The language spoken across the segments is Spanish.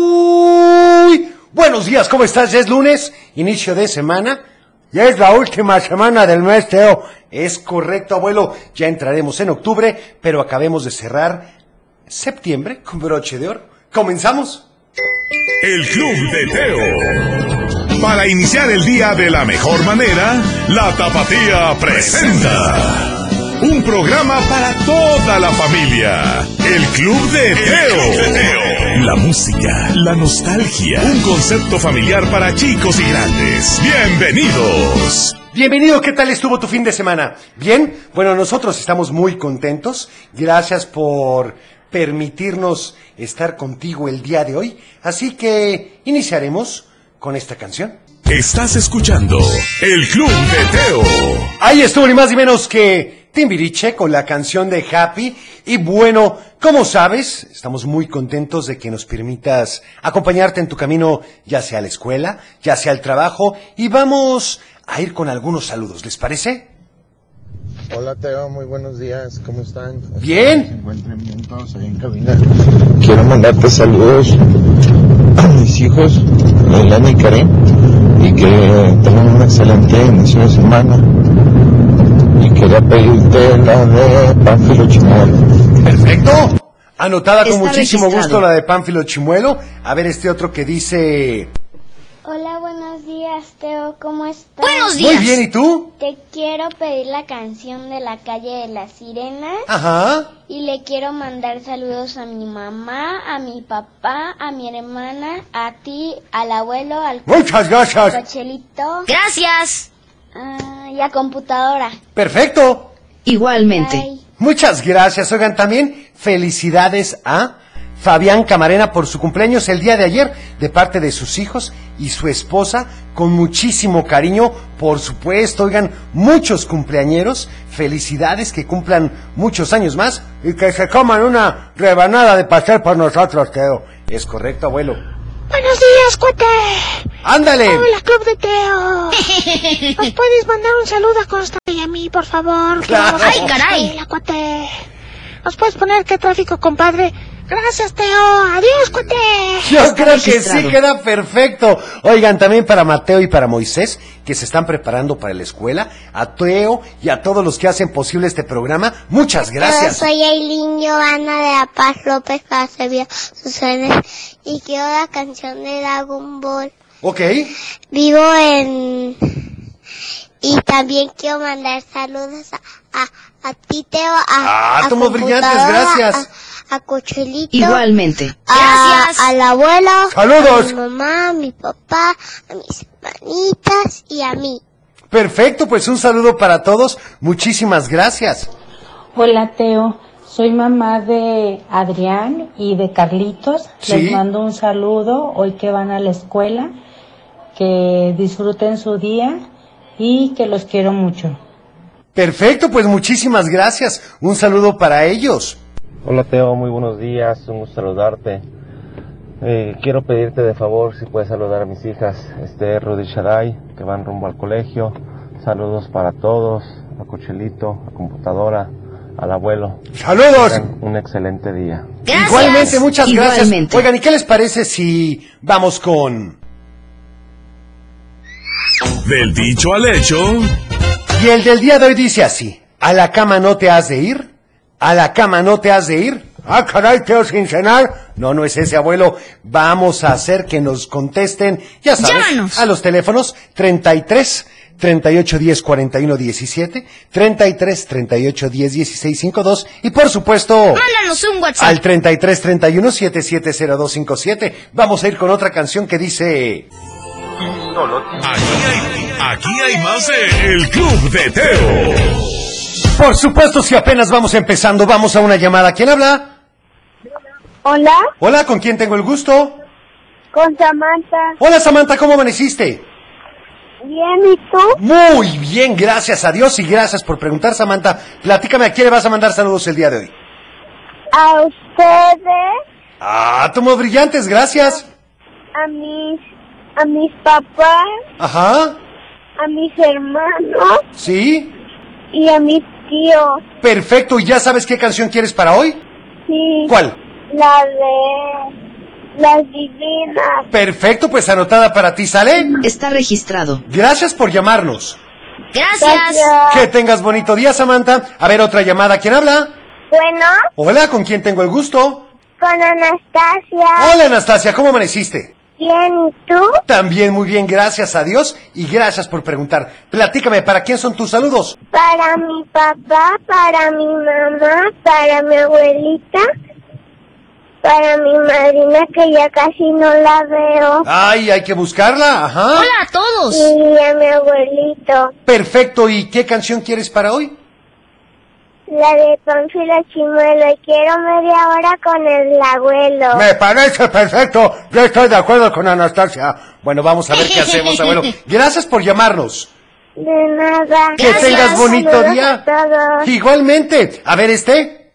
Muy buenos días, ¿cómo estás? Ya es lunes, inicio de semana. Ya es la última semana del mes, Teo. Es correcto, abuelo. Ya entraremos en octubre, pero acabemos de cerrar septiembre con broche de oro. ¿Comenzamos? El Club de Teo. Para iniciar el día de la mejor manera, la Tapatía presenta un programa para toda la familia. El Club de Teo. La música, la nostalgia, un concepto familiar para chicos y grandes. Bienvenidos. Bienvenido, ¿qué tal estuvo tu fin de semana? ¿Bien? Bueno, nosotros estamos muy contentos. Gracias por permitirnos estar contigo el día de hoy. Así que iniciaremos con esta canción. Estás escuchando El Club de Teo. Ahí estuvo ni más ni menos que Timbiriche con la canción de Happy. Y bueno, como sabes, estamos muy contentos de que nos permitas acompañarte en tu camino, ya sea a la escuela, ya sea al trabajo. Y vamos a ir con algunos saludos, ¿les parece? Hola Teo, muy buenos días, ¿cómo están? Espero Bien. que Se encuentren bien todos ahí en cabina. Quiero mandarte saludos a mis hijos, Leilani y Karen, y que tengan un excelente inicio de semana. Y quería pedirte la de Pánfilo Chimuelo. Perfecto. Anotada con Está muchísimo registrado. gusto la de Pánfilo Chimuelo. A ver este otro que dice... Hola, buenos días, Teo. ¿Cómo estás? Buenos días. Muy bien, ¿y tú? Te quiero pedir la canción de la calle de las sirenas Ajá. y le quiero mandar saludos a mi mamá, a mi papá, a mi hermana, a ti, al abuelo, al Muchas gracias. cochelito Gracias. ah, y a computadora. Perfecto. Igualmente. Bye. Muchas gracias. Oigan, también felicidades a Fabián Camarena por su cumpleaños el día de ayer de parte de sus hijos y su esposa con muchísimo cariño. Por supuesto, oigan, muchos cumpleañeros. Felicidades que cumplan muchos años más y que se coman una rebanada de pastel por nosotros, Teo. Es correcto, abuelo. Buenos días, cuate. Ándale. Hola, Club de Teo. ¿Nos puedes mandar un saludo a Costa y a mí, por favor? Claro. Vamos a Ay, caray. Hola, cuate. ¿Nos puedes poner qué tráfico, compadre? Gracias, Teo. Adiós, cuate. Yo creo que registrado. sí queda perfecto. Oigan, también para Mateo y para Moisés, que se están preparando para la escuela, a Teo y a todos los que hacen posible este programa, muchas gracias. soy Aileen Giovanna de La Paz López Casabia Susana y quiero la canción de Dragon Ball. Ok, Vivo en... Y también quiero mandar saludos a, a, a ti, Teo, a, Ah, a somos brillantes, computadora, gracias. A, a Cochelito, Igualmente. a- Gracias. Ah, al abuelo, Saludos. a mi mamá, a mi papá, a mis hermanitas y a mí. perfecto, pues un saludo para todos, muchísimas gracias. ah, Hola Teo, soy mamá de Adrián y de Carlitos. Sí. Les mando un saludo hoy que van a la escuela, que disfruten su día y que los quiero mucho. Perfecto, pues muchísimas gracias, un saludo para ellos. Hola Teo, muy buenos días, un gusto saludarte. Eh, quiero pedirte de favor si puedes saludar a mis hijas, Esther, Rudy Shaday, que van rumbo al colegio. Saludos para todos, a Cochelito, a Computadora, al abuelo. Saludos. Tengan un excelente día. Gracias. Igualmente, muchas gracias. Igualmente. Oigan, ¿y qué les parece si vamos con... Del dicho al hecho, Y el del día de hoy dice así: A la cama no te has de ir, a la cama no te has de ir. Ah, caray, Teo sin cenar. No, no es ese abuelo. Vamos a hacer que nos contesten, ya sabes, Llámanos. a los teléfonos 33 38 10 41 17, 33 38 10 16 52 y por supuesto Mándanos un WhatsApp. al 33 31 770257. Vamos a ir con otra canción que dice aquí hay, aquí hay más de El Club de Teo. Por supuesto, si apenas vamos empezando, vamos a una llamada. ¿Quién habla? Hola, Hola, ¿con quién tengo el gusto? con Samantha. Hola Samantha, ¿cómo amaneciste? Bien, ¿y tú? Muy bien, gracias a Dios y gracias por preguntar Samantha. Platícame a quién le vas a mandar saludos el día de hoy. A ustedes, Ah, tomos brillantes, gracias. a mis, a mis papás, Ajá, a mis hermanos sí. y a mis tíos. Perfecto, ¿y ya sabes qué canción quieres para hoy? Sí, ¿Cuál? La de las divinas. Perfecto, pues anotada para ti, ¿sale? Está registrado. Gracias por llamarnos. Gracias. Ah. Que tengas bonito día, Samantha. A ver, otra llamada. ¿Quién habla? Bueno, Hola, ¿con quién tengo el gusto? con Anastasia. Hola, Anastasia, ¿cómo amaneciste? Bien, ¿y tú? También muy bien, gracias a Dios y gracias por preguntar. Platícame, ¿para quién son tus saludos? Para mi papá, para mi mamá, para mi abuelita, para mi madrina que ya casi no la veo, Ay, hay que buscarla, ajá. Hola a todos. y a mi abuelito, Perfecto, ¿y qué canción quieres para hoy? la de Panfilo Chimuelo, y quiero media hora con el abuelo. Me parece perfecto, yo estoy de acuerdo con Anastasia. Bueno, vamos a ver qué hacemos, abuelo. Gracias por llamarnos. De nada. Que tengas bonito Saludos día. a todos. Igualmente. A ver, este.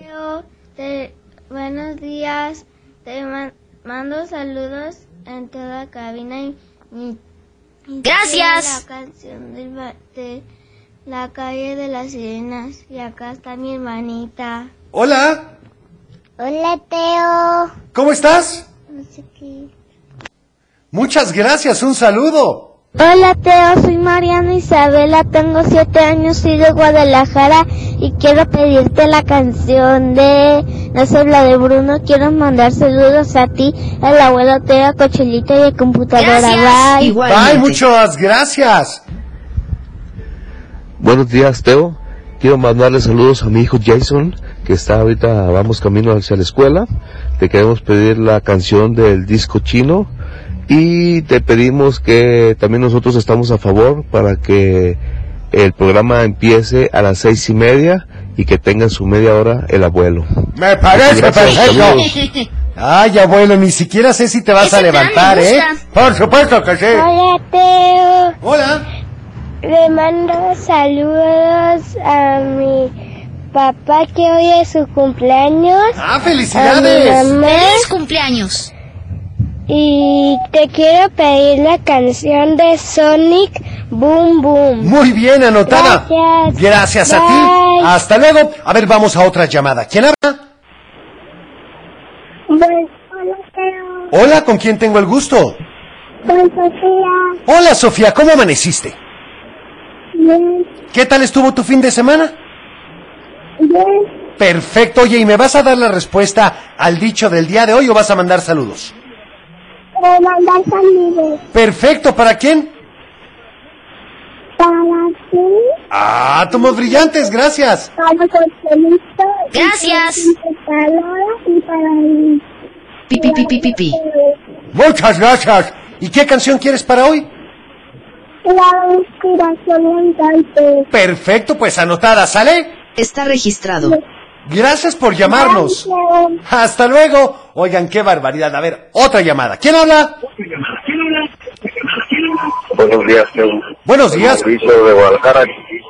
Yo te- buenos días, te man- mando saludos en toda cabina y, y- y Gracias. quiero Mm. La canción del ba- de la calle de las sirenas y acá está mi hermanita. Hola, Hola, Teo. ¿cómo estás? No sé qué. Muchas gracias, un saludo. Hola Teo, soy Mariana Isabela, tengo siete años, soy de Guadalajara y quiero pedirte la canción de No sé, la de Bruno, quiero mandar saludos a ti, al abuelo Teo, a Cochelito y a computadora. Gracias. Bye. Igualmente. Bye, muchas gracias. Buenos días, Teo. Quiero mandarle saludos a mi hijo Jason, que está ahorita, vamos camino hacia la escuela. Te queremos pedir la canción del disco chino y te pedimos que también nosotros estamos a favor para que el programa empiece a las seis y media y que tengan su media hora el abuelo. Me parece Gracias, saludos. Ay, abuelo, ni siquiera sé si te vas Ese a plan me levantar, ¿eh? gusta. Por supuesto que sí. Hola Teo, Hola. le mando saludos a mi papá que hoy es su cumpleaños, Ah, felicidades. Feliz cumpleaños. y te quiero pedir la canción de Sonic Boom Boom. Muy bien, anotada. Gracias. Gracias a ti. Ah. Bye. Hasta luego. A ver, vamos a otra llamada. ¿Quién habla? Bueno, hola, Teo. Hola, ¿con quién tengo el gusto? Soy Sofía. Hola, Sofía, ¿cómo amaneciste? Bien, ¿Qué tal estuvo tu fin de semana? bien. Perfecto, oye, ¿y me vas a dar la respuesta al dicho del día de hoy o vas a mandar saludos? Para mandar saludos Perfecto, ¿para quién? para ti, Ah, tomos brillantes, gracias. para Cochelito. Gracias. Y para Computadora y para mi- Pi, pi, pi, pi, pi, pi. Muchas gracias. ¿Y qué canción quieres para hoy? La inspiración mental. Perfecto, pues anotada, ¿sale? Está registrado. Gracias por llamarnos. Gracias. Hasta luego. Oigan, qué barbaridad. A ver, otra llamada. ¿Quién habla? Buenos días, Teo. Buenos días. Mauricio de Guadalajara.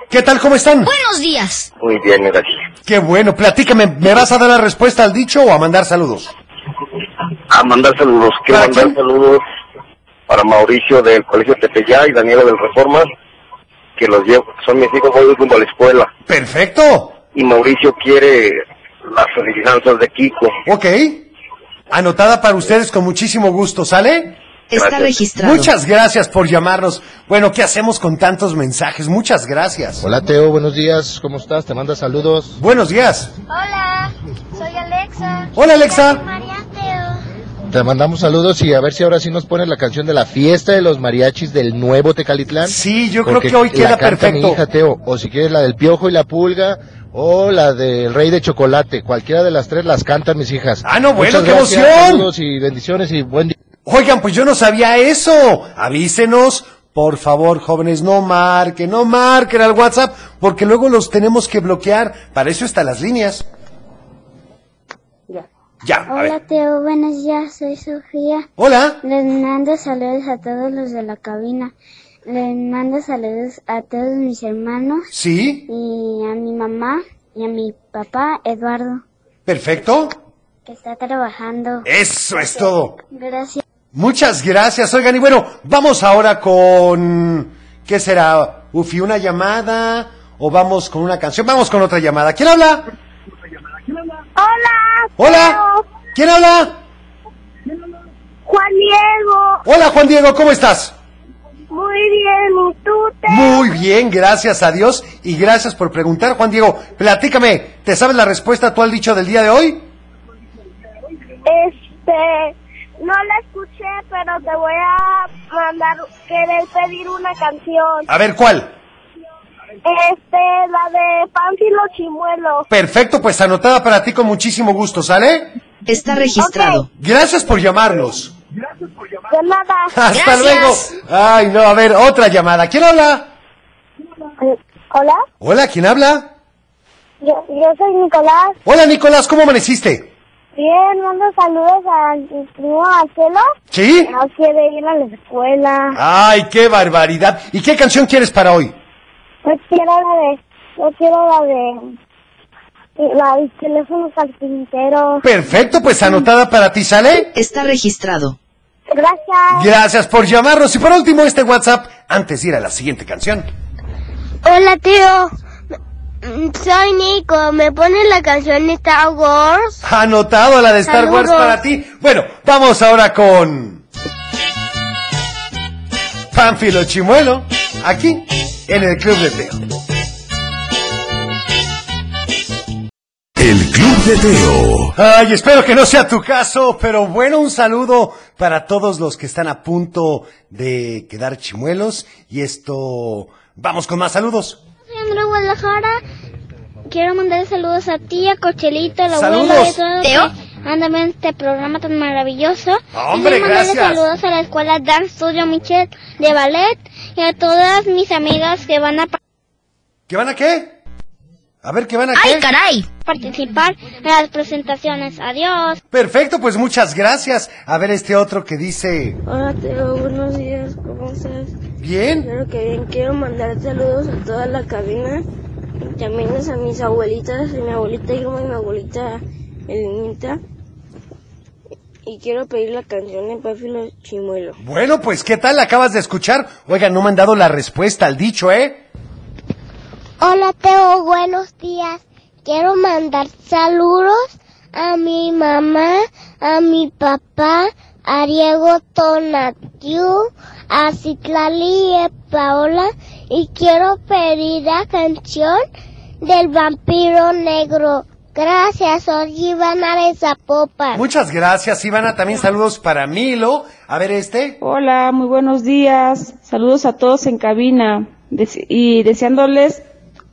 ¿Qué tal? ¿Cómo están? Buenos días. Muy bien, gracias. Qué bueno, platícame. ¿Me vas a dar la respuesta al dicho o a mandar saludos? A mandar saludos. Quiero ¿Para mandar quién? saludos para Mauricio del Colegio Tepeyá y Daniela del Reforma, que los llevo, son mis hijos, voy rumbo a la escuela. Perfecto. y Mauricio quiere las adivinanzas de Kiko. Ok. Anotada para ustedes con muchísimo gusto, ¿sale? Está Gracias. registrado. Muchas gracias por llamarnos. Bueno, ¿qué hacemos con tantos mensajes? Muchas gracias. Hola Teo, buenos días, ¿cómo estás? Te manda saludos. Buenos días. Hola, soy Alexa. Hola, Alexa. María Teo. Te mandamos saludos y a ver si ahora sí nos pones la canción de la fiesta de los mariachis del nuevo Tecalitlán. Sí, yo creo Porque que hoy la queda canta mi perfecto. hija, Teo, o si quieres la del piojo y la pulga o la del rey de chocolate, cualquiera de las tres las cantan mis hijas. Ah, no, bueno, Muchas qué gracias, emoción. Saludos y bendiciones y buen día. Oigan, pues yo no sabía eso. Avísenos. Por favor, jóvenes, no marquen, no marquen al WhatsApp, porque luego los tenemos que bloquear. Para eso están las líneas. Ya, a Hola ver. Teo, buenos días, soy Sofía. Hola. Les mando saludos a todos los de la cabina. Les mando saludos a todos mis hermanos. Sí, y a mi mamá y a mi papá Eduardo, perfecto. que está trabajando. Eh. Eso es todo. Gracias. Muchas gracias, oigan, y bueno, vamos ahora con... ¿Qué será? Ufi, una llamada o vamos con una canción, vamos con otra llamada. ¿Quién habla? Hola. Hola. ¿Quién habla? Juan Diego. Hola, Juan Diego, ¿cómo estás? Muy bien, ¿y tú? Muy bien, gracias a Dios y gracias por preguntar, Juan Diego. Platícame, ¿te sabes la respuesta tú al dicho del día de hoy? Este, no la escuché, pero te voy a mandar, querer pedir una canción. A ver, ¿cuál? Este, la de Panfi y los chimuelos. Perfecto, pues anotada para ti con muchísimo gusto, ¿sale? Está registrado. Gracias por llamarnos. De nada. Hasta luego. Ay, no, a ver, otra llamada. ¿Quién habla? luego. Hola, Hola, ¿quién habla? yo, yo soy Nicolás. Hola, Nicolás, ¿cómo amaneciste? Bien, mando saludos a mi primo Marcelo. ¿Sí? No quiere ir a la escuela. Ay, qué barbaridad. ¿Y qué canción quieres para hoy? No quiero la de, no quiero la de, la de teléfono carpintero. Perfecto, pues anotada para ti, ¿sale? Está registrado. Gracias. Gracias por llamarnos. Y por último, este WhatsApp, antes de ir a la siguiente canción. Hola tío, Mm, soy Nico, ¿me pones la canción Star Wars? Anotado la de Star Wars Saludos. para ti. Bueno, vamos ahora con. Pánfilo Chimuelo, aquí en el Club de Teo. El Club de Teo. Ay, espero que no sea tu caso, pero bueno, un saludo para todos los que están a punto de quedar chimuelos. Y esto, vamos con más saludos. Soy Andrea Guadalajara, quiero mandar saludos a ti, a Cochelito, a la Saludos. abuela, Ándame en este programa tan maravilloso. Ah, Hombre, Quiero mandarle gracias. saludos a la escuela Dance Studio Michelle de ballet y a todas mis amigas que van a pa- ¿Qué van a qué? A ver, ¿qué van a qué? ¿Eh? ¡Ay, participar en las presentaciones. Adiós. Perfecto, pues muchas gracias. A ver este otro que dice... Hola Teo, buenos días, ¿cómo estás? Bien. Claro que bien, quiero mandar saludos a toda la cabina y también es a mis abuelitas, a mi abuelita Irma y mi abuelita Elenita. Y quiero pedir la canción de Páfilo Chimuelo. Bueno, pues ¿qué tal? Acabas de escuchar. Oiga, no me han dado la respuesta al dicho, ¿eh? Hola Teo, buenos días. Quiero mandar saludos a mi mamá, a mi papá, a Diego Tonatiu, a Citlali y a Paola y quiero pedir la canción del vampiro negro. Gracias, soy Iván Ares Zapopan. Muchas gracias, Ivana. También saludos para Milo. A ver este. Hola, muy buenos días. Saludos a todos en cabina Des- y deseándoles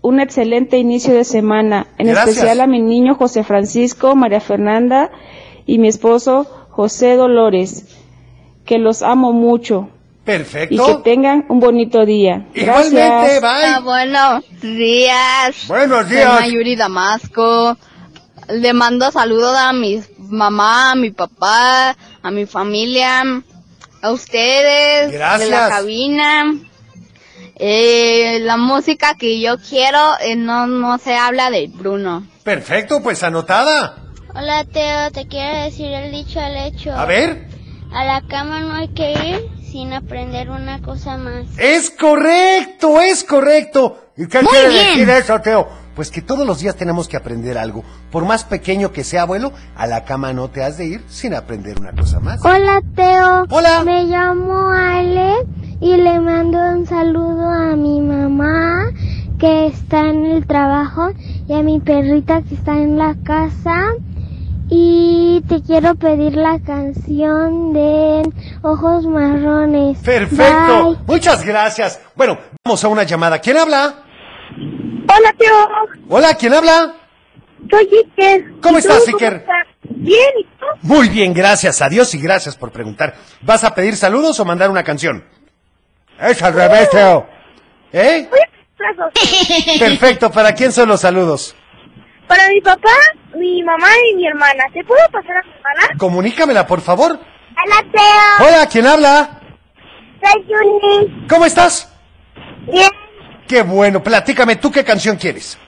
un excelente inicio de semana, en Gracias. especial a mi niño José Francisco, María Fernanda y mi esposo José Dolores, que los amo mucho y que Perfecto. tengan un bonito día. Igualmente, bye. Ah, buenos días. Buenos Soy días. Mayuri Damasco. Le mando saludos a mi mamá, a mi papá, a mi familia, a ustedes, de la Gracias. cabina. Eh, la música que yo quiero eh, no, no se habla de Bruno. Perfecto, pues anotada. Hola Teo, te quiero decir el dicho al hecho. A ver. A la cama no hay que ir sin aprender una cosa más. Es correcto, es correcto. ¿Y qué Muy quiere bien. decir eso, Teo? Pues que todos los días tenemos que aprender algo. Por más pequeño que sea, abuelo, a la cama no te has de ir sin aprender una cosa más. Hola Teo. Hola. Me llamo Ale y le mando un saludo a mi mamá que está en el trabajo y a mi perrita que está en la casa. Y te quiero pedir la canción de Ojos Marrones. Perfecto. Muchas gracias. Bueno, vamos a una llamada. ¿Quién habla? Hola, tío. Hola, ¿quién habla? Soy Iker. ¿Cómo ¿Y tú? estás, Iker? Bien, ¿y tú? Muy bien, gracias a Dios y gracias por preguntar. ¿Vas a pedir saludos o mandar una canción? Es al revés, Teo. ¿Eh? Perfecto, ¿para quién son los saludos? Para mi papá, mi mamá y mi hermana. ¿Te puedo pasar a mi hermana? Comunícamela, por favor. Hola, Teo. Hola, ¿quién habla? Soy Juni. ¿Cómo estás? Bien. Qué bueno, platícame, ¿tú qué canción quieres?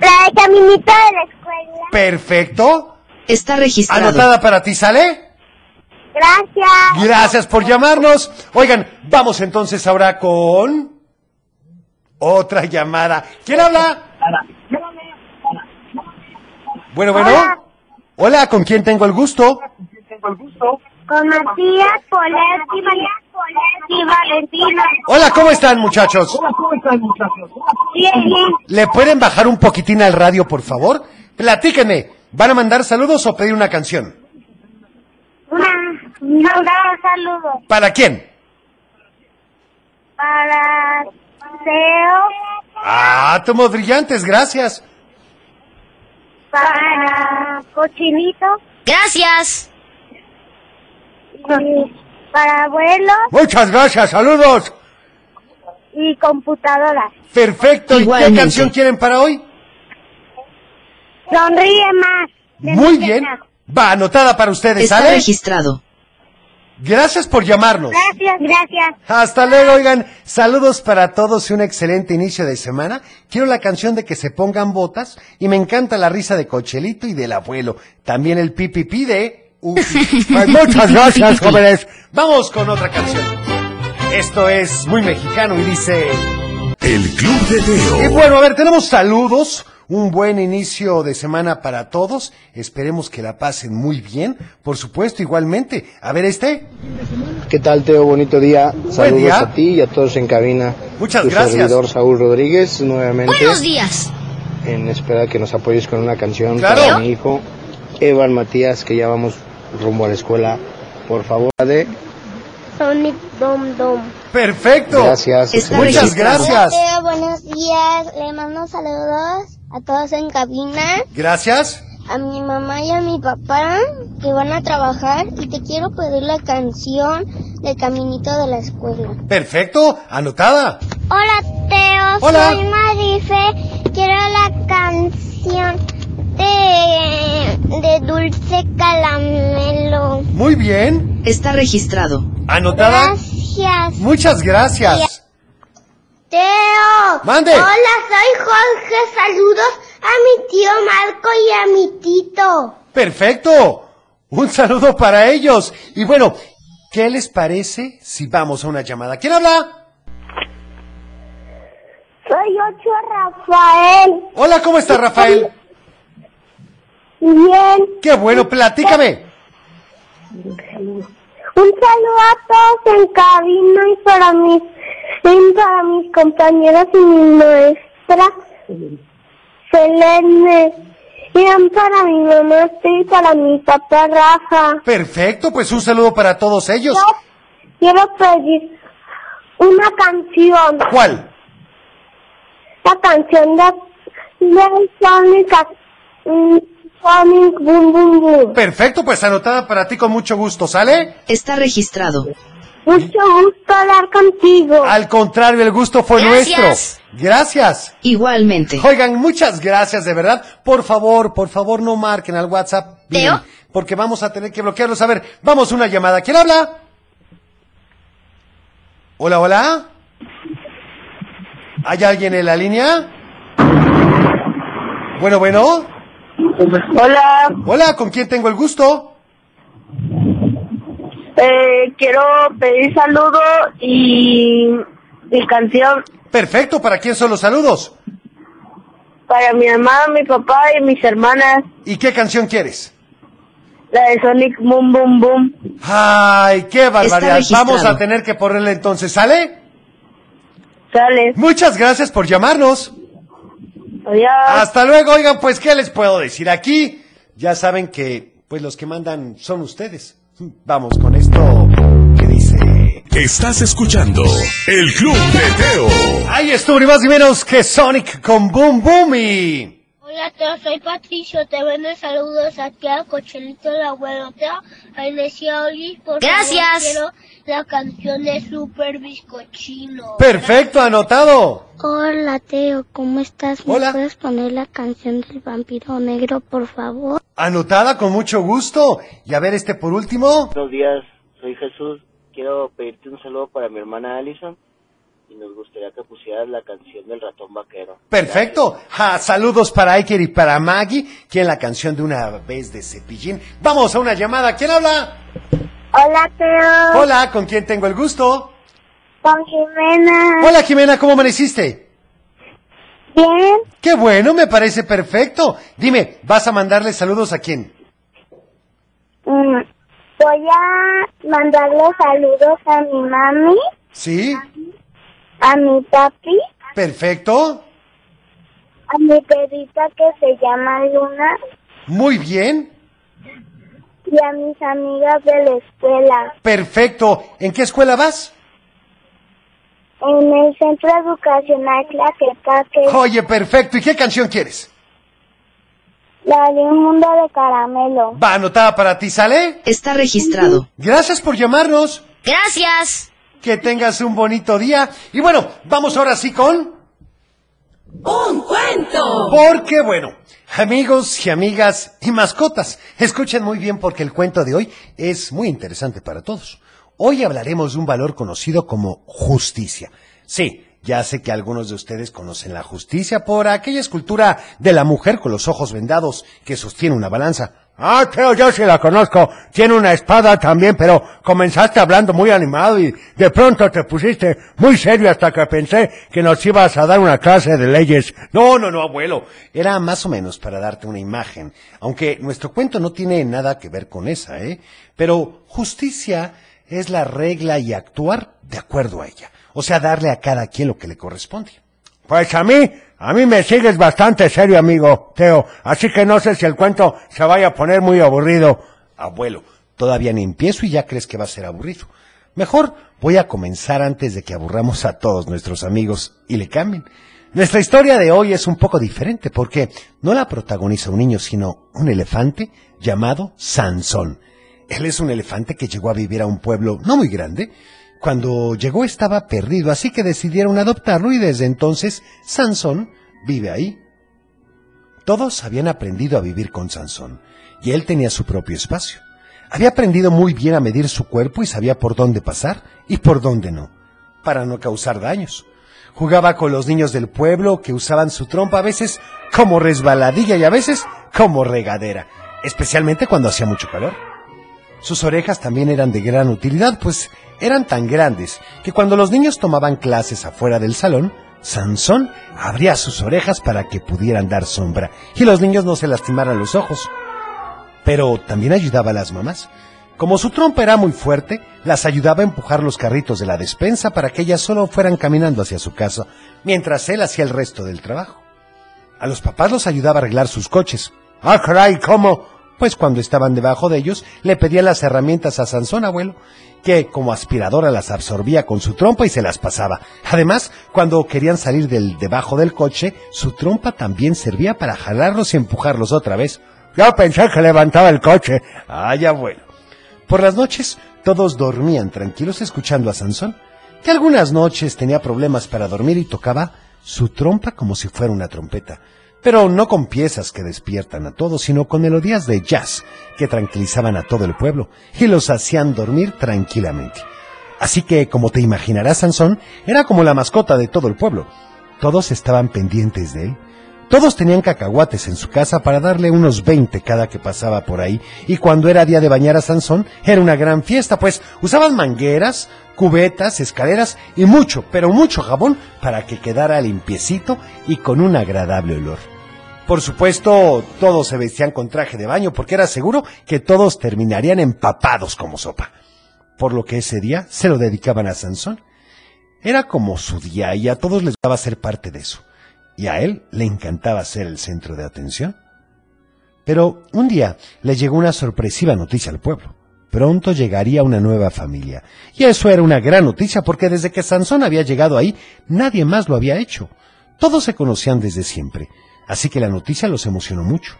La de caminito de la escuela. Perfecto. Está registrado. Anotada para ti, ¿sale? Gracias. Gracias por llamarnos. Oigan, vamos entonces ahora con otra llamada. ¿Quién habla? Bueno, bueno. Hola, ¿con quién tengo el gusto? Con Matías Polanski, Polanski, Valentina. Hola, ¿cómo están, muchachos? ¿cómo están, muchachos? Bien, bien. ¿Le pueden bajar un poquitín al radio, por favor? Platíquenme. ¿Van a mandar saludos o pedir una canción? Una- Mandar saludos ¿Para quién? para Teo, Ah, Átomos brillantes, gracias. para Cochinito. Gracias. para abuelo Muchas gracias, saludos. y computadora. Perfecto. ¿Y qué Igualmente. canción quieren para hoy? Sonríe más. Muy bien. Va anotada para ustedes, Está ¿sale? registrado. Gracias por llamarnos. Gracias, gracias. Hasta luego, oigan. Saludos para todos y un excelente inicio de semana. Quiero la canción de que se pongan botas y me encanta la risa de Cochelito y del abuelo. También el pipipi de... Ufi. Pues muchas gracias, jóvenes. Vamos con otra canción. Esto es muy mexicano y dice... El Club de Y Teo. bueno, a ver, tenemos saludos. Un buen inicio de semana para todos. Esperemos que la pasen muy bien. Por supuesto, igualmente. A ver, este. ¿Qué tal, Teo? Bonito día. Saludos día. a ti y a todos en cabina. Muchas Tu gracias. servidor Saúl Rodríguez, nuevamente. días. En espera de que nos apoyes con una canción Claro. para mi hijo, Evan Matías, que ya vamos rumbo a la escuela. Por favor, de. Sonic Dom Dom. Perfecto. Gracias. Muchas gracias. Hola, Teo, buenos días. Le mando saludos a todos en cabina, Gracias. a mi mamá y a mi papá que van a trabajar y te quiero pedir la canción del caminito de la escuela. Perfecto. Anotada. Hola Teo, Hola. soy Marife. Quiero la canción de, de Dulce Calamelo. Muy bien. Está registrado. Anotada. Gracias. Muchas gracias. Teo. Mande. Hola, soy Jorge. Saludos a mi tío Marco y a mi tito. Perfecto. Un saludo para ellos. Y bueno, ¿qué les parece si vamos a una llamada? ¿Quién habla? Soy ocho Rafael. Hola, ¿cómo está Rafael? Bien. Qué bueno, platícame. Un saludo a todos en cabina y para mis, y para mis compañeros y mi maestra Selene. Y para mi mamá Esther, y para mi papá Rafa. Perfecto, pues un saludo para todos ellos. Quiero pedir una canción. ¿Cuál? La canción de, de Sonic, mm, Sonic Boom Boom Boom. Perfecto, pues anotada para ti con mucho gusto, ¿sale? Está registrado. Mucho gusto hablar contigo. Al contrario, el gusto fue Gracias. nuestro. Gracias. Igualmente. Oigan, muchas gracias, de verdad. Por favor, por favor, no marquen al WhatsApp. bien, ¿Teo? Porque vamos a tener que bloquearlos. A ver, vamos una llamada. ¿Quién habla? Hola, hola. ¿Hay alguien en la línea? Bueno, bueno. Hola, Hola, ¿con quién tengo el gusto? eh, quiero pedir saludo y, y canción Perfecto, ¿para quién son los saludos? para mi mamá, mi papá y mis hermanas. ¿Y qué canción quieres? La de Sonic Boom Boom Boom. Ay, qué barbaridad. registrado. Vamos a tener que ponerle entonces, ¿sale? Sale. Muchas gracias por llamarnos. Adiós. Hasta luego, oigan, pues, ¿qué les puedo decir? Aquí ya saben que, pues, los que mandan son ustedes. Vamos con esto que dice... Estás escuchando El Club de Teo. Ahí estuvo, ni más ni menos que Sonic con Boom Boom y... Hola Teo, soy Patricio, te vendo saludos a Teo, Cochelito, el abuelo Teo, a Inesia Oli, por Gracias. favor, quiero la canción de Super Bizcochino. Perfecto, anotado. Hola Teo, ¿cómo estás? ¿Me puedes poner la canción del vampiro negro, por favor? Anotada con mucho gusto. Y a ver este por último. Buenos días, soy Jesús. Quiero pedirte un saludo para mi hermana Allison y nos gustaría que pusieras la canción del ratón vaquero. Perfecto. Ja, saludos para Iker y para Maggie, quien la canción de una vez de Cepillín. Vamos a una llamada. ¿Quién habla? Hola Teo. Hola, ¿con quién tengo el gusto? Con Jimena. Hola Jimena, ¿cómo amaneciste? Bien. Qué bueno, me parece perfecto. Dime, ¿vas a mandarle saludos a quién? Mm, Voy a mandarle saludos a mi mami, ¿Sí? a mi papi, Perfecto. a mi perrita que se llama Luna Muy bien. y a mis amigas de la escuela Perfecto. ¿En qué escuela vas? en el centro educacional Claquetaque, Oye, perfecto. ¿Y qué canción quieres? la de un mundo de caramelo. Va anotada para ti, ¿sale? Está registrado. Gracias por llamarnos. Gracias. Que tengas un bonito día. Y bueno, vamos ahora sí con... ¡Un cuento! Porque bueno, amigos y amigas y mascotas, escuchen muy bien porque el cuento de hoy es muy interesante para todos. Hoy hablaremos de un valor conocido como justicia. Sí, ya sé que algunos de ustedes conocen la justicia por aquella escultura de la mujer con los ojos vendados que sostiene una balanza. Ah, creo yo sí la conozco. Tiene una espada también, pero comenzaste hablando muy animado y de pronto te pusiste muy serio hasta que pensé que nos ibas a dar una clase de leyes. No, no, no, abuelo. Era más o menos para darte una imagen, aunque nuestro cuento no tiene nada que ver con esa, ¿eh? Pero justicia es la regla y actuar de acuerdo a ella. O sea, darle a cada quien lo que le corresponde. Pues a mí, a mí me sigues bastante serio, amigo Teo, así que no sé si el cuento se vaya a poner muy aburrido. Abuelo, todavía ni empiezo y ya crees que va a ser aburrido. Mejor voy a comenzar antes de que aburramos a todos nuestros amigos y le cambien. Nuestra historia de hoy es un poco diferente porque no la protagoniza un niño, sino un elefante llamado Sansón. Él es un elefante que llegó a vivir a un pueblo no muy grande. Cuando llegó estaba perdido, así que decidieron adoptarlo y desde entonces Sansón vive ahí. Todos habían aprendido a vivir con Sansón y él tenía su propio espacio. Había aprendido muy bien a medir su cuerpo y sabía por dónde pasar y por dónde no, para no causar daños. Jugaba con los niños del pueblo que usaban su trompa a veces como resbaladilla y a veces como regadera, especialmente cuando hacía mucho calor. Sus orejas también eran de gran utilidad, pues eran tan grandes que cuando los niños tomaban clases afuera del salón, Sansón abría sus orejas para que pudieran dar sombra y los niños no se lastimaran los ojos. Pero también ayudaba a las mamás. Como su trompa era muy fuerte, las ayudaba a empujar los carritos de la despensa para que ellas solo fueran caminando hacia su casa, mientras él hacía el resto del trabajo. A los papás los ayudaba a arreglar sus coches. ¡Ah, caray! ¿Cómo? Pues cuando estaban debajo de ellos, le pedía las herramientas a Sansón, abuelo, que como aspiradora las absorbía con su trompa y se las pasaba. Además, cuando querían salir del debajo del coche, su trompa también servía para jalarlos y empujarlos otra vez. Yo pensé que levantaba el coche. ¡Ay, abuelo! Por las noches, todos dormían tranquilos escuchando a Sansón, que algunas noches tenía problemas para dormir y tocaba su trompa como si fuera una trompeta. Pero no con piezas que despiertan a todos, sino con melodías de jazz que tranquilizaban a todo el pueblo y los hacían dormir tranquilamente. Así que, como te imaginarás, Sansón era como la mascota de todo el pueblo. Todos estaban pendientes de él. Todos tenían cacahuates en su casa para darle unos 20 cada que pasaba por ahí, y cuando era día de bañar a Sansón, era una gran fiesta, pues usaban mangueras, cubetas, escaleras y mucho, pero mucho jabón para que quedara limpiecito y con un agradable olor. Por supuesto, todos se vestían con traje de baño porque era seguro que todos terminarían empapados como sopa. Por lo que ese día se lo dedicaban a Sansón. Era como su día y a todos les daba ser parte de eso y a él le encantaba ser el centro de atención. Pero un día le llegó una sorpresiva noticia al pueblo. Pronto llegaría una nueva familia. Y eso era una gran noticia porque desde que Sansón había llegado ahí, nadie más lo había hecho. Todos se conocían desde siempre, así que la noticia los emocionó mucho.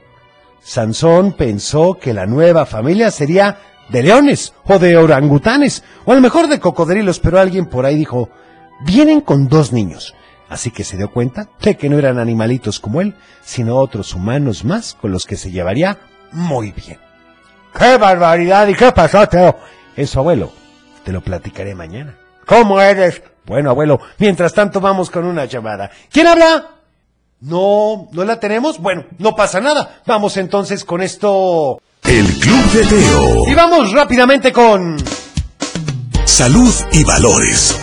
Sansón pensó que la nueva familia sería de leones o de orangutanes o a lo mejor de cocodrilos, pero alguien por ahí dijo, vienen con dos niños. Así que se dio cuenta de que no eran animalitos como él, sino otros humanos más con los que se llevaría muy bien. ¡Qué barbaridad! ¿Y qué pasó, Teo? Eso, abuelo, te lo platicaré mañana. ¿Cómo eres? Bueno, abuelo, mientras tanto vamos con una llamada. ¿Quién habla? No, ¿no la tenemos? Bueno, no pasa nada. Vamos entonces con esto. El Club de Teo. Y vamos rápidamente con... Salud y valores.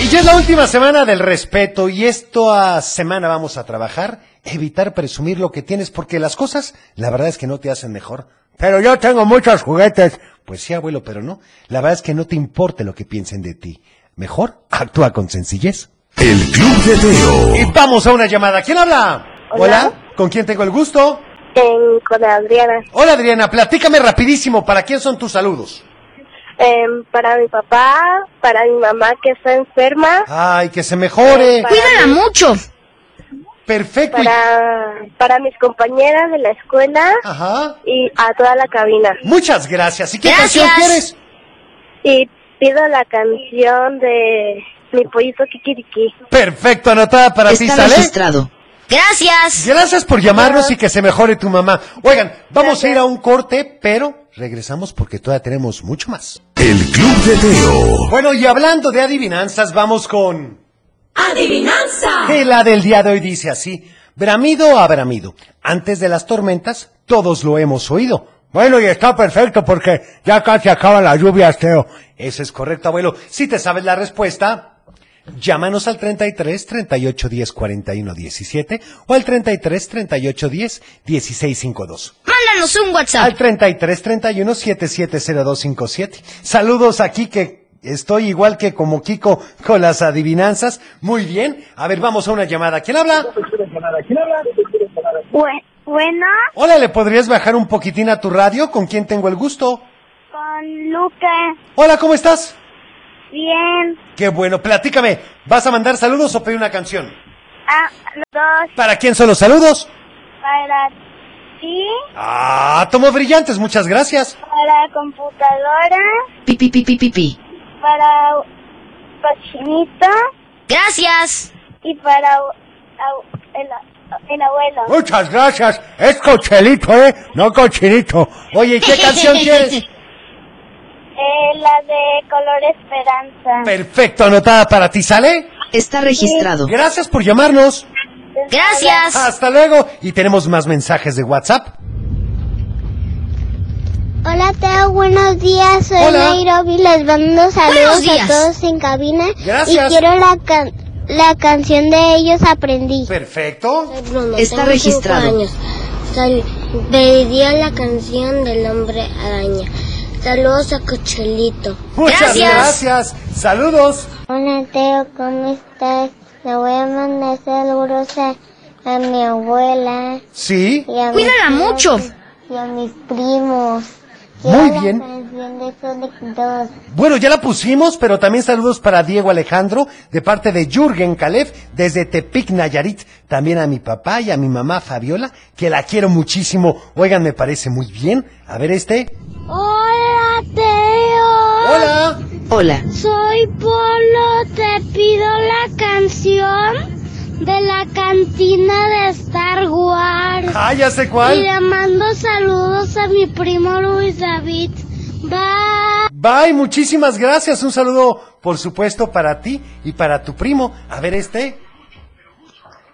Y ya es la última semana del respeto y esta semana vamos a trabajar, evitar presumir lo que tienes porque las cosas, la verdad es que no te hacen mejor. Pero yo tengo muchos juguetes. Pues sí, abuelo, pero no. La verdad es que no te importe lo que piensen de ti. Mejor actúa con sencillez. El Club de Teo. Y vamos a una llamada. ¿Quién habla? Hola. ¿Con quién tengo el gusto? con Adriana. Hola Adriana, platícame rapidísimo, ¿para quién son tus saludos? Em, para mi papá, para mi mamá que está enferma, Ay, que se mejore. Cuídala mucho. Perfecto. y- para, para mis compañeras de la escuela Ah. y a toda la cabina. Muchas gracias. ¿Y qué canción quieres? Y pido la canción de mi pollito Kikiriki. Perfecto, anotada para ti, Está ¿sale? registrado. Gracias. Gracias por llamarnos y que se mejore tu mamá. Oigan, vamos a ir a un corte, pero regresamos porque todavía tenemos mucho más. El Club de Teo. Bueno, y hablando de adivinanzas, vamos con... Adivinanza. Y la del día de hoy dice así, bramido a bramido, antes de las tormentas, todos lo hemos oído. Bueno, y está perfecto porque ya casi acaba la lluvia, Teo. Eso es correcto, abuelo. Si te sabes la respuesta, llámanos al 33 38 10 41 17 o al 33 38 10 16 52. Mándanos un WhatsApp. Al 33 31 770257. Saludos aquí que estoy igual que como Kiko con las adivinanzas. Muy bien. A ver, vamos a una llamada. ¿Quién habla? Bueno, Hola, ¿le podrías bajar un poquitín a tu radio? ¿Con quién tengo el gusto? con Luca, Hola, ¿cómo estás? bien, Qué bueno, platícame. ¿Vas a mandar saludos o pedir una canción? a los dos, ¿Para quién son los saludos? para ti, Ah, tomo brillantes, muchas gracias. para computadora, Pi, pi, pi, pi, pi, pi. para Cochinito. Gracias. Y para au- el, el abuelo. Muchas gracias. Es cochelito, ¿eh? No cochinito. Oye, ¿y qué canción quieres? Eh, la de Color Esperanza. Perfecto, anotada para ti, ¿sale? Está registrado. Gracias por llamarnos. Gracias. Hasta luego. Y tenemos más mensajes de WhatsApp. Hola Teo, buenos días, soy Hola. Nairobi, les mando Buenos saludos días. a todos en cabina Gracias. y quiero la, can- la canción de ellos aprendí. Perfecto. Está registrado. Pediría la canción del hombre araña. Saludos a Cochelito. Muchas gracias. Saludos. Hola Teo, ¿cómo estás? Le voy a mandar saludos a, a mi abuela. Sí. y a mis Cuídala tíos mucho. Y a mis primos. Muy Quiero la bien. canción de Sonic 2. Bueno, ya la pusimos, pero también saludos para Diego Alejandro de parte de Jürgen Calef desde Tepic Nayarit. También a mi papá y a mi mamá Fabiola, que la quiero muchísimo. Oigan, me parece muy bien. A ver este. Hola, Teo. Hola. Hola. Soy Polo. Te pido la canción de la cantina de Star Wars. Ah, ya sé cuál. Y le mando saludos a mi primo Luis David. Bye. Bye, muchísimas gracias. Un saludo, por supuesto, para ti y para tu primo. A ver este.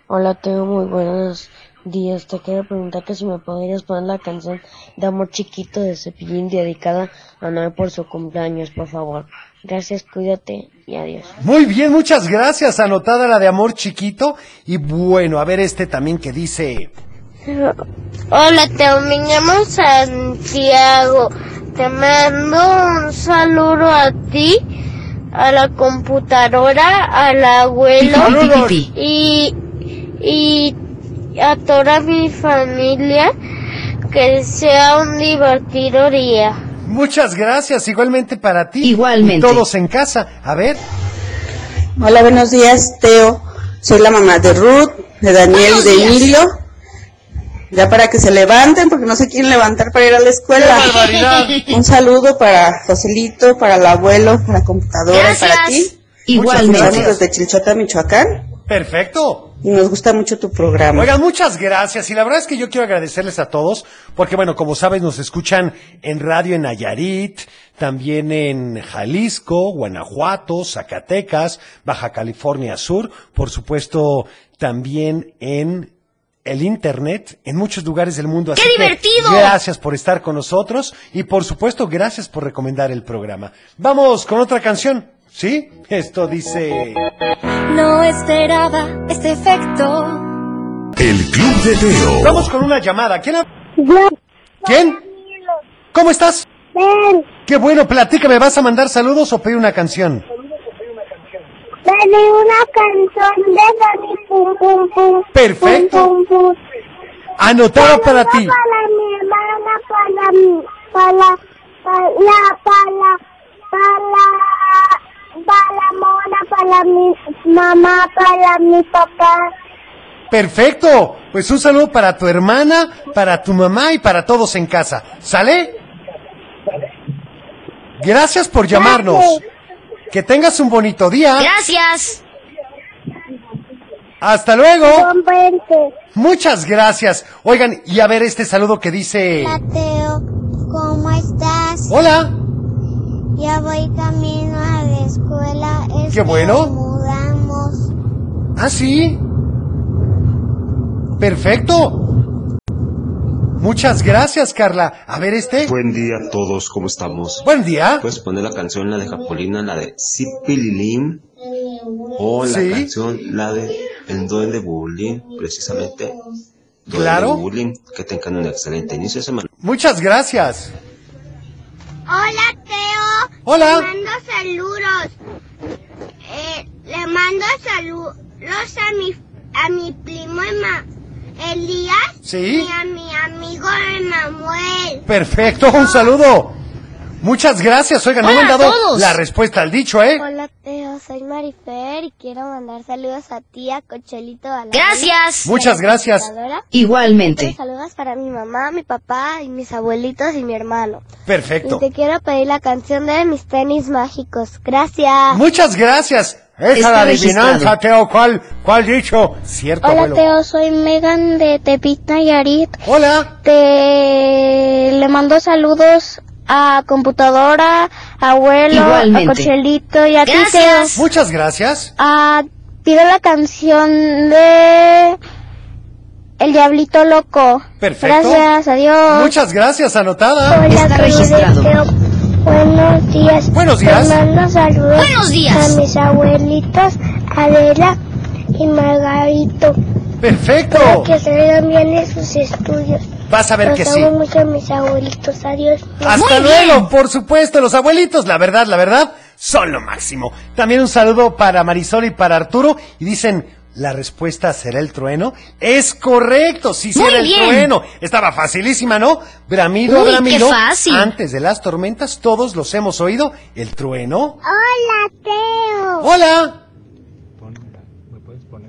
Hola, Teo, muy buenos días. Te quiero preguntar que si me podrías poner la canción de Amor Chiquito de Cepillín dedicada a Noé por su cumpleaños, por favor. Gracias, cuídate y adiós. Muy bien, muchas gracias. Anotada la de amor chiquito. Y bueno, a ver este también que dice. Hola, Teo, me llamo Santiago. Te mando un saludo a ti, a la computadora, al abuelo Pi, pi, pi, pi. y, y a toda mi familia. Que sea un divertido día. Muchas gracias, igualmente para ti. Igualmente. Todos en casa. A ver. Hola, buenos días, Teo. Soy la mamá de Ruth, de Daniel y de Emilio. Ya para que se levanten, porque no se quieren levantar para ir a la escuela. ¡Qué barbaridad! Un saludo para Joselito, para el abuelo, para la computadora, Gracias. para ti. Igualmente. Muchas gracias desde Chilchota, Michoacán. Perfecto. Y nos gusta mucho tu programa. Oigan, muchas gracias. Y la verdad es que yo quiero agradecerles a todos, porque bueno, como sabes, nos escuchan en radio en Nayarit, también en Jalisco, Guanajuato, Zacatecas, Baja California Sur, por supuesto, también en el internet en muchos lugares del mundo. Así ¡Qué que divertido! Gracias por estar con nosotros y por supuesto, gracias por recomendar el programa. Vamos con otra canción. ¿Sí? Esto dice... No esperaba este efecto. El Club de Teo. Vamos con una llamada. ¿Quién? ha- ¿Quién? ¿Cómo estás? Qué bueno, platícame, ¿vas a mandar saludos o pedir una canción? Dale una canción de Dani Pum Pum Pum. Perfecto. Pum, pum, pum. Anotada para ti. Para mi hermana, para mi, para, para, para, para, para mona, para mi mamá, para mi papá. Perfecto. Pues un saludo para tu hermana, para tu mamá y para todos en casa. ¿Sale? Gracias por llamarnos. Que tengas un bonito día. Gracias. Hasta luego. Muchas gracias. Oigan, y a ver este saludo que dice... Teo, ¿cómo estás? Hola. Ya voy camino a la escuela. Qué que bueno. nos mudamos. ¿Ah, sí? Perfecto. Muchas gracias, Carla. A ver este. Buen día a todos, ¿cómo estamos? Buen día. Puedes poner la canción, la de Japolina, la de Zipililim, o la Sí. canción, la de El Duende Bullying, precisamente. Duende Claro. Bullying, que tengan un excelente inicio de semana. Muchas gracias. Hola, Teo. Hola. Le mando saludos. Eh, le mando saludos a mi, a mi primo Ema- Elías. Sí. Y a mi amigo Emanuel. Perfecto, un saludo. Muchas gracias. Oigan, no me han Hola a dado todos. la respuesta al dicho, ¿eh? Hola Teo, soy Marifer y quiero mandar saludos a ti, a Cochelito, a la Gracias. y a Muchas la gracias. computadora. Igualmente. Quiero Saludos para mi mamá, mi papá y mis abuelitos y mi hermano. Perfecto. Y te quiero pedir la canción de mis tenis mágicos. Gracias. Muchas gracias. Esa Está la registrado. adivinanza, Teo. ¿Cuál, cuál dicho? Cierto, Hola abuelo. Teo, soy Megan de Tepit Nayarit. Hola. Te le mando saludos a computadora, abuelo, Igualmente. a Cochelito y a ti Teo. Muchas gracias. Ah, pido la canción de El Diablito Loco. Perfecto. Gracias, adiós. Muchas gracias, anotada. Buenos días. Buenos días. Te mando saludos Buenos días. a mis abuelitos Adela y Margarito. Perfecto. Espero que se vean bien en sus estudios. Vas Oh. a ver Los que amo sí. mucho a mis abuelitos. Adiós. Pues Hasta luego, por supuesto, los abuelitos, la verdad, la verdad, son lo máximo. También un saludo para Marisol y para Arturo. Y dicen, ¿la respuesta será el trueno? Es correcto, sí Muy será el bien. trueno. Estaba facilísima, ¿no? Bramido, a Uy, qué bramido. fácil. Antes de las tormentas, todos los hemos oído. El trueno. Hola, Teo. Hola. Oh.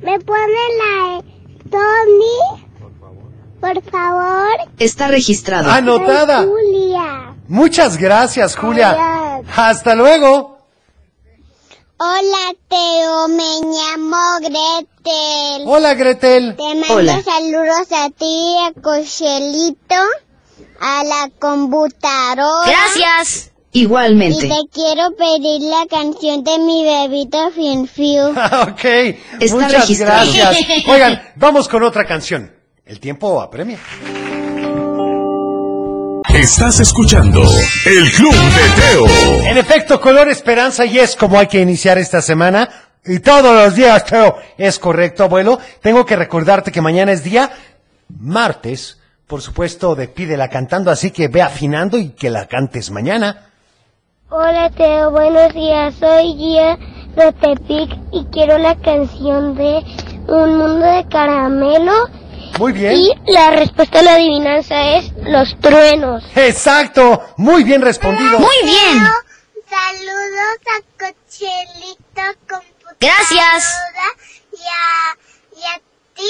¿Me pone la de Tony? Por favor. Está registrado. Anotada. Soy Julia. Muchas gracias, Julia. Adiós. Hasta luego. Hola, Teo. Me llamo Gretel. Hola, Gretel. Te mando saludos a ti, a Cochelito, a la computadora. Gracias. Y Igualmente. te quiero pedir la canción de mi bebito Finfiu. Ah, ok. Está Muchas registrado. gracias. Oigan, vamos con otra canción. El tiempo apremia. Estás escuchando El Club de Teo. En efecto, color esperanza y es como hay que iniciar esta semana. Y todos los días, Teo. Es correcto, abuelo. Tengo que recordarte que mañana es día martes. Por supuesto, de pídela cantando, así que ve afinando y que la cantes mañana. Hola Teo, buenos días. Soy Gia de Tepic y quiero la canción de Un Mundo de Caramelo. Muy bien. Y la respuesta a la adivinanza es los truenos. Exacto. Muy bien respondido. Saludos a Cochelito computadora. Gracias. Y a, y a ti.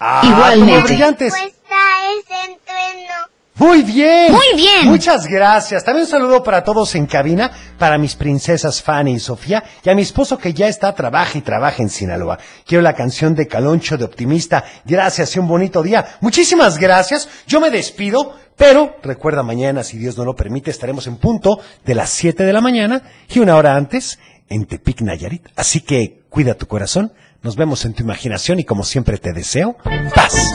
Ah, Igualmente. como brillantes. Respuesta es entreno. Muy bien. Muy bien. Muchas gracias. También un saludo para todos en cabina, para mis princesas Fanny y Sofía, y a mi esposo que ya está, trabaja y trabaja en Sinaloa. Quiero la canción de Caloncho de Optimista. Gracias y un bonito día. Muchísimas gracias. Yo me despido, pero recuerda mañana, si Dios no lo permite, estaremos en punto de las 7 de la mañana y una hora antes en Tepic Nayarit. Así que cuida tu corazón. Nos vemos en tu imaginación y como siempre te deseo paz.